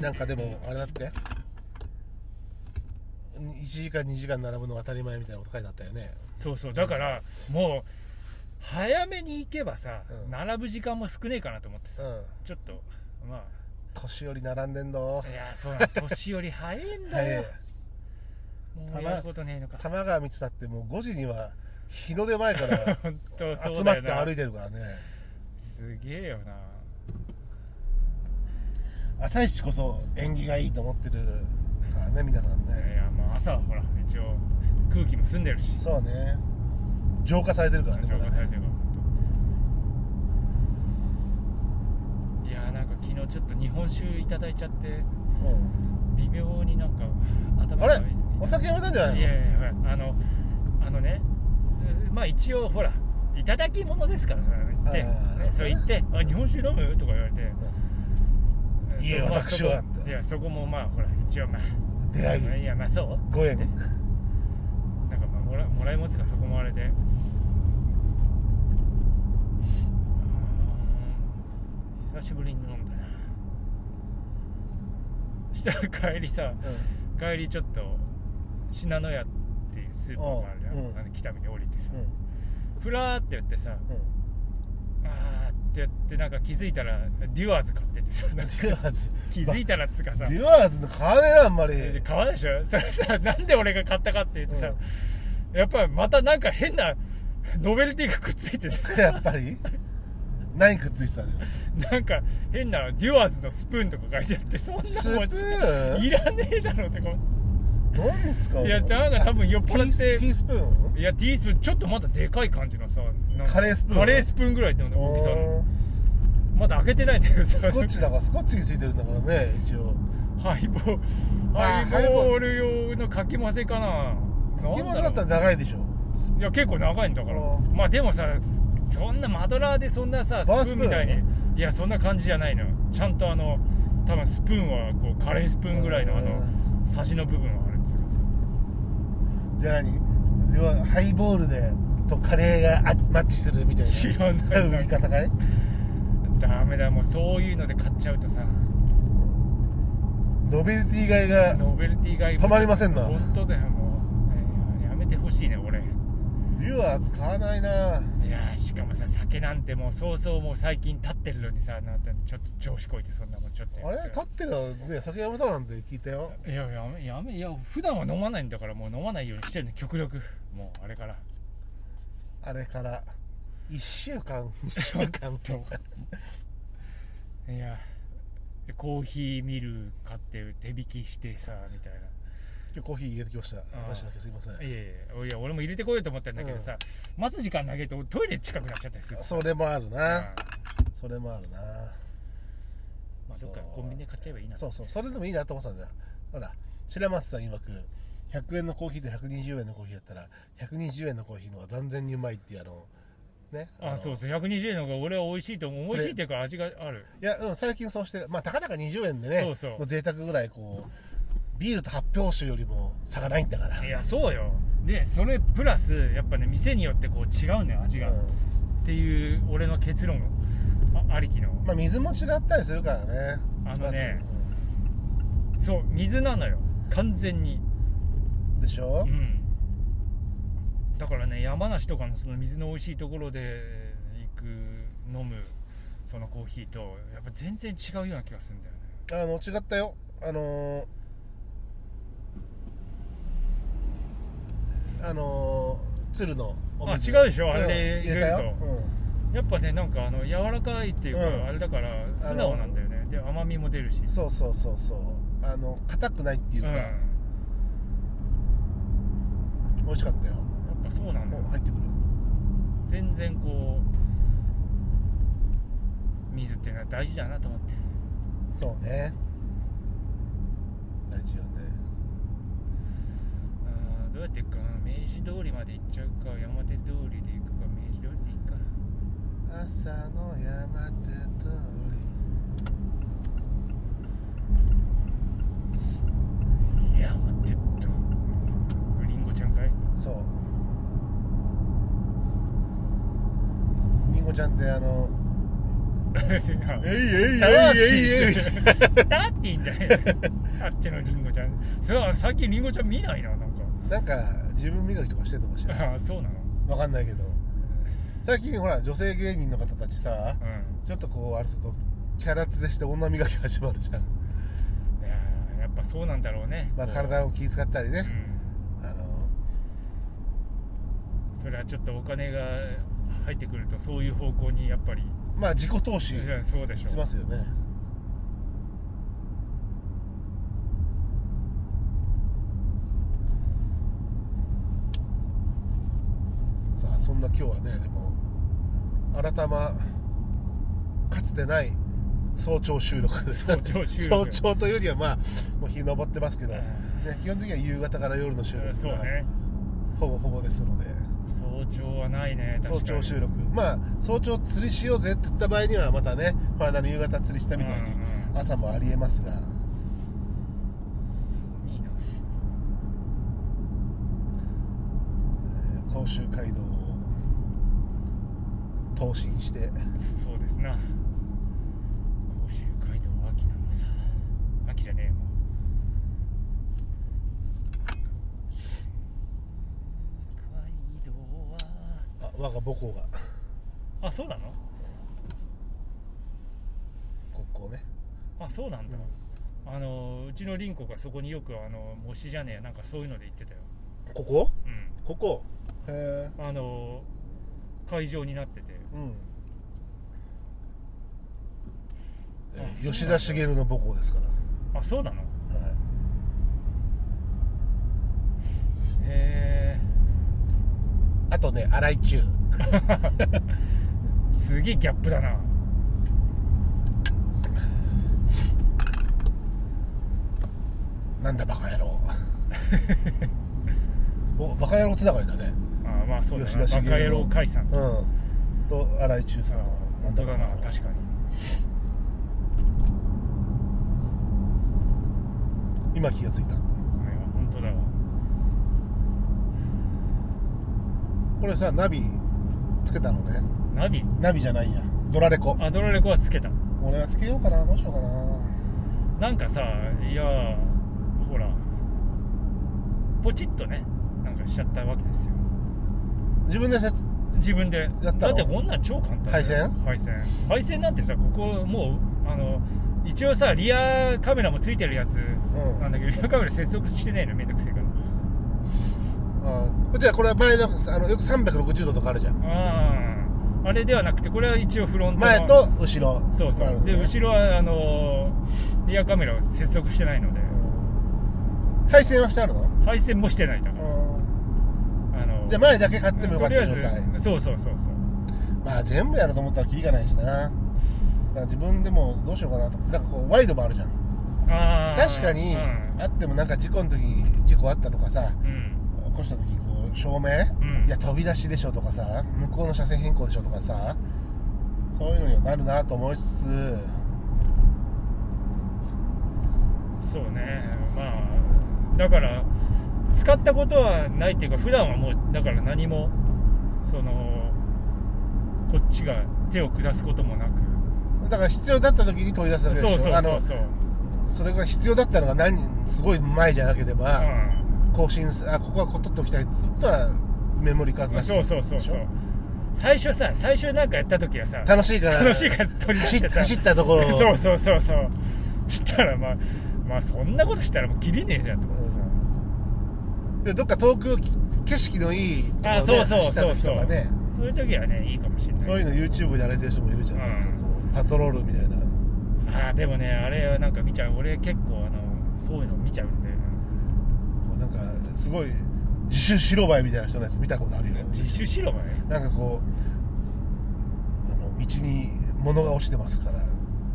なんかでもあれだって1時間2時間並ぶのが当たり前みたいなこと書いてあったよねそうそうだからもう早めに行けばさ、うん並ぶ時間も少ねえかなと思ってうさんちょっとま年寄り並んでんのあいやそ うなの年寄り早いんだ早よいもうやることねえのか玉川光だってもう5時には日の出前 から本当そ集まうだっよて歩ないてるからねすげえよな朝一こそ縁起がいいと思ってるからね皆さんいねやまあ朝はほら一応空気も澄んでるしそうね浄化されてるからね浄まだ化されねてるわいやーなんか昨日ちょっと日本酒いただいちゃって微妙になんかうん頭あがれお酒やめたんじゃないいのやいやほらあのあのねえーまあ一応ほらいただき物ですから言って、あーね、それ言って「あ日本酒飲む?」とか言われて「いえそうまあ私そこはだっていやそこもまあほら一応まあ出会いいやまあそうご縁ねなんかまあもらもらいもつかそこもあれでうーん久しぶりに飲んだなしたら帰りさう帰りちょっと信濃屋っていうスーパーがあるじゃん、うんあの北見に降りてさ、んうんふらーって言ってさうんあーってやってなんか気づいたらデュアーズ買ってて さなんかデュアーズ気づいたらっつうかさデュアーズの買わねえなあんまり買わないでしょそれさなんで俺が買ったかって言ってさ、うんやっぱりまたなんか変なノベルティがくっついて てさやっぱり何くっついてたのよなんか変なデュアーズのスプーンとか書いてあってそんなもんスプーンいらねえだろうってこ何に使うのいやなんか多分酔っ払ってあティースティースプーンういやティースプーンちょっとまだでかい感じのさなんかカレースプーンカレースプーンぐらいって大きさおのーまだ開けてないんだけどさスコッチだからスコッチについてるんだからね一応ハイボールあハーイボール用のかき混ぜかなかき混ぜだなっんたろらう長いでしょいや結構長いんだからうんまあでもさそんなマドラーでそんなさスプバースプーーンンみたいにいやそんな感じじゃないのよちゃんとあの多分スプーンはこうカレースプーンぐらいのあのさじの部分はあるっつうかさじゃあ何要はハイボールでとカレーがあマッチするみたいな知らない売り方かいダメだもうそういうので買っちゃうとさノベルティ買いがノベルティが止まりませんな本当だよもう、えーやめてほしいね俺デュアーズ買わないないやーしかもさ酒なんてもうそうそうもう最近立ってるのにさなんてちょっと調子こいてそんなもんちょっとあれ立ってるのね酒やめたなんて聞いたよいややめやめいや普段は飲まないんだからもう飲まないようにしてるの極力もうあれからあれから1週間2週間 ちょっといやでコーヒーミル買って手引きしてさみたい今日コーヒー入れてきましたああ私だけすいませないんやいやいや俺も入れてこようと思ったんだけどさ、待つ時間投げるとトイレ近くなっちゃったりするそれもあるうんなそれもあるなまあそどうっかコンビニで買っちゃえばいいなそうそうそれでもいいなと思ってたんだよほら白松さん曰く100円のコーヒーと120円のコーヒーだったら120円のコーヒーの方が断然にうまいっていうあのねあのそうそう120円の方が俺は美味しいと思う美味しいっていうか味があるいや、うん、最近そうしてるまあたかだか20円でねそうそうも贅沢ぐらいこうビールと発泡酒よりも差がないんだからいやそうよでそれプラスやっぱね店によってこう違うのよ味が、うんっていう俺の結論あありきのまあ水も違ったりするからねあのねまずそう水なのよ完全にうんでしょう、んだからね山梨とかのその水の美味しいところで行く飲むそのコーヒーとやっぱ全然違うような気がするんだよねあの違ったよあのー、あのー、鶴のお水あ違うでしょあれでうん入れた入れるよと、やっぱねなんかあの柔らかいっていうか、うんあれだから素直なんだよねで甘みも出るしうん、そうそうそうそうあの硬くないっていううか、んや美味しかったよっぱそうなんだもよう入ってくる全然こう水っていうのは大事だなと思ってそうね大事よねあーどうやって行くかな明治通りまで行っちゃうか山手通りで行くか明治通りで行くか朝の山手通いや待ってっとリンゴちゃんかいりそうりんごちゃんってあのえいえスいターテえいえいえいィースターティーじゃないあっちのリンゴちゃんそれは最近リンゴちゃん見ないななんかなんか自分磨きとかしてんのかしらああそうなのわかんないけど最近ほら女性芸人の方たちさうんちょっとこうあれするとキャラつでして女磨き始まるじゃん、いやーやっぱそうなんだろうねまあ、こう体を気遣ったりうね、んあのそれはちょっとお金が入ってくるとそういう方向にやっぱりまあ自己投資いやそうでしょしますよねさあそんな今日はねでも改まかつてない早朝収録です早朝収早録朝というよりはまあもう日昇ってますけど、ね、基本的には夕方から夜の収うんそ録うがねほぼほぼですので、早朝はないね確か早に朝収録まあ早朝釣りしようぜって言った場合にはまたねこの間の夕方釣りしたみたいにうんうん朝もありえますがいいなえー甲州街道を東進してそうですな甲州街道は秋なのさ秋じゃねえもう街道あ我が母校がはあそうなの国交ねあそうなんだ、あのうちの凛子がそこによくあの模試じゃねえなんかそういうので行ってたよここうんここへあの会場になっててえうんえーあ吉田茂の母校ですから、あそうなのはい、へあとね新井中えすげえギャップだな なんだバカ野郎おバカ野郎つながりだねあまあそうだ吉な田バ茂カの野郎解散うんと新井中さんの本当だな確かに今気がついた本当だわこれさナビつけたのねナビナビじゃないやドラレコアドラレコはつけた俺はつけようかなどうしようかななんかさいやーほらポチッとねなんかしちゃったわけですよ自分でせつ自分でやったのだってこんなん超簡単だよ配線配線配線なんてさここもうあの一応さリアカメラもついてるやつんなんだけど、リアカメラ接続してないのめんどくせえからあこっちはこれは前のあのよく360度とかあるじゃんあああれではなくてこれは一応フロントの前と後ろそうそあるうのねで後ろはあのーリアカメラを接続してないので配線はしてあるの、配線もしてないだから、あのーじゃあ前だけ買ってもよかとっりあた状態えずそうそうそうそうまあ全部やると思ったらキリがないしなだから自分でもどうしようかなと思ってなんかこうワイドもあるじゃんああ確かにうん、あってもなんか事故の時事故あったとかさうん起こした時こう照明、うんいや飛び出しでしょとかさ向こうの車線変更でしょとかさそういうのにはなるなと思いつつそうねまあだから使ったことはないっていうか普段はもうだから何もそのこっちが手を下すこともなくだから必要だった時に取り出すだけでしそょうそうあそのうそうそれが必要だったのが何すごい前じゃなけれうば、更新すあここはこう取っておきたいって言ったらメモリカードん出してそうそうそうそう最初さ最初なんかやった時はさ楽しいから楽しいから取り出走しってさ走ったところを そうそうそうそうしたらまあまあそんなことしたらもう切りねえじゃんと思ってさでどっか遠く景色のいいところあでそうそう走った時とかねそういう時はねいいかもしれないそういうの YouTube に上げてる人もいるじゃん,、うんなんかこうパトロールみたいなあーでもねあれはなんか見ちゃう俺結構あのそういうの見ちゃうんだよこうなんかすごい自主白バイみたいな人のやつ見たことあるよな自主しろばねなんかこうあの道に物が落ちてますから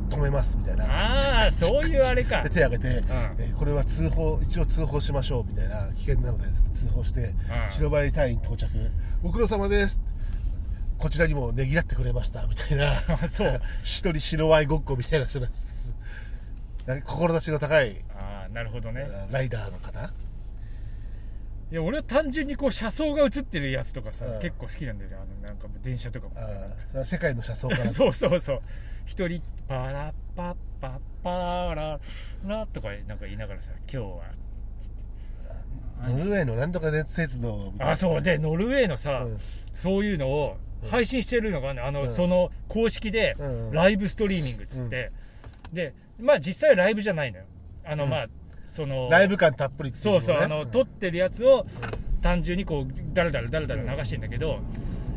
止めますみたいなああそういうあれかで手挙げて、えーこれは通報一応通報しましょうみたいな危険なので通報して、白バイ隊員到着ご苦労様ですこちらにもねぎらってくれましたみたいな そうなんか一人白バイごっこみたいな人なんですなんか志の高いああなるほどねライダーのかないや俺は単純にこう車窓が映ってるやつとかさ、うん結構好きなんだよねあのなんか電車とかもあさあそれは世界の車窓から そうそうそう一人パラッパッパッパーララとかなんか言いながらさ今日はノルウェーのなんとか熱鉄道みたいなあそうでノルウェーのさ、うんそういうのを配信してるのがねあの、うんその公式でうんライブストリーミングっつって、でまあ実際ライブじゃないのよあの、うんまあそのライブ感たっぷりっていそうそう、あの撮とってるやつを単純にこうダラダラダラダラ流してんだけど、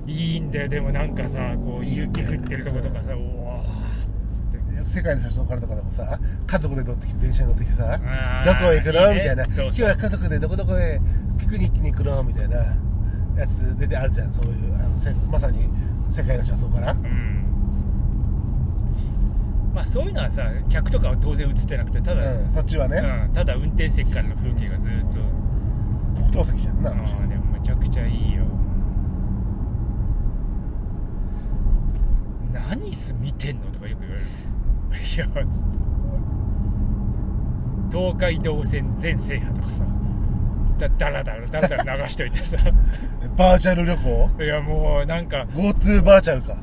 いいんだよでもなんかさこう雪降ってるとことかさ、うわーっつって世界の車窓からとかでもさ家族で乗ってきて電車に乗ってきてさあどーこへ行くのいいみねたいなそうそう今日は家族でどこどこへピクニックに行くのみたいなやつ出てあるじゃんそういうあのせまさに世界の車窓からうんまあそういうのはさ客とかは当然映ってなくてただ、うんそっちはね、うんただ運転席からの風景がずーっと、黒糖石じゃんな、あーでもめちゃくちゃいいよ何す見てんのとかよく言われる いやつって東海道線全制覇とかさだだらだらだらだら流しといてさ いバーチャル旅行やもうなんか GoTo バーチャルか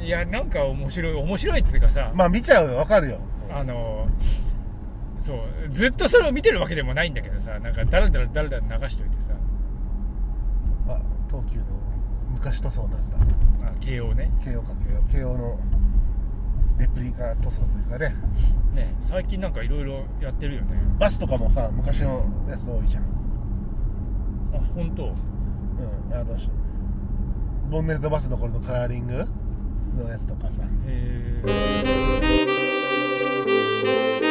いやなんか面白い面白いっつうかさ、まあ見ちゃうよわかるよあのそうずっとそれを見てるわけでもないんだけどさなんかだらだらだらだら流しといてさあ東急の昔塗装のやつだあ慶応ね慶応か慶応慶応のレプリカ塗装というかねね最近なんかいろいろやってるよねバスとかもさ昔のやつ多いじゃん、あ本当うん、あのしボンネットバスの頃のカラーリングのやつとかさへえ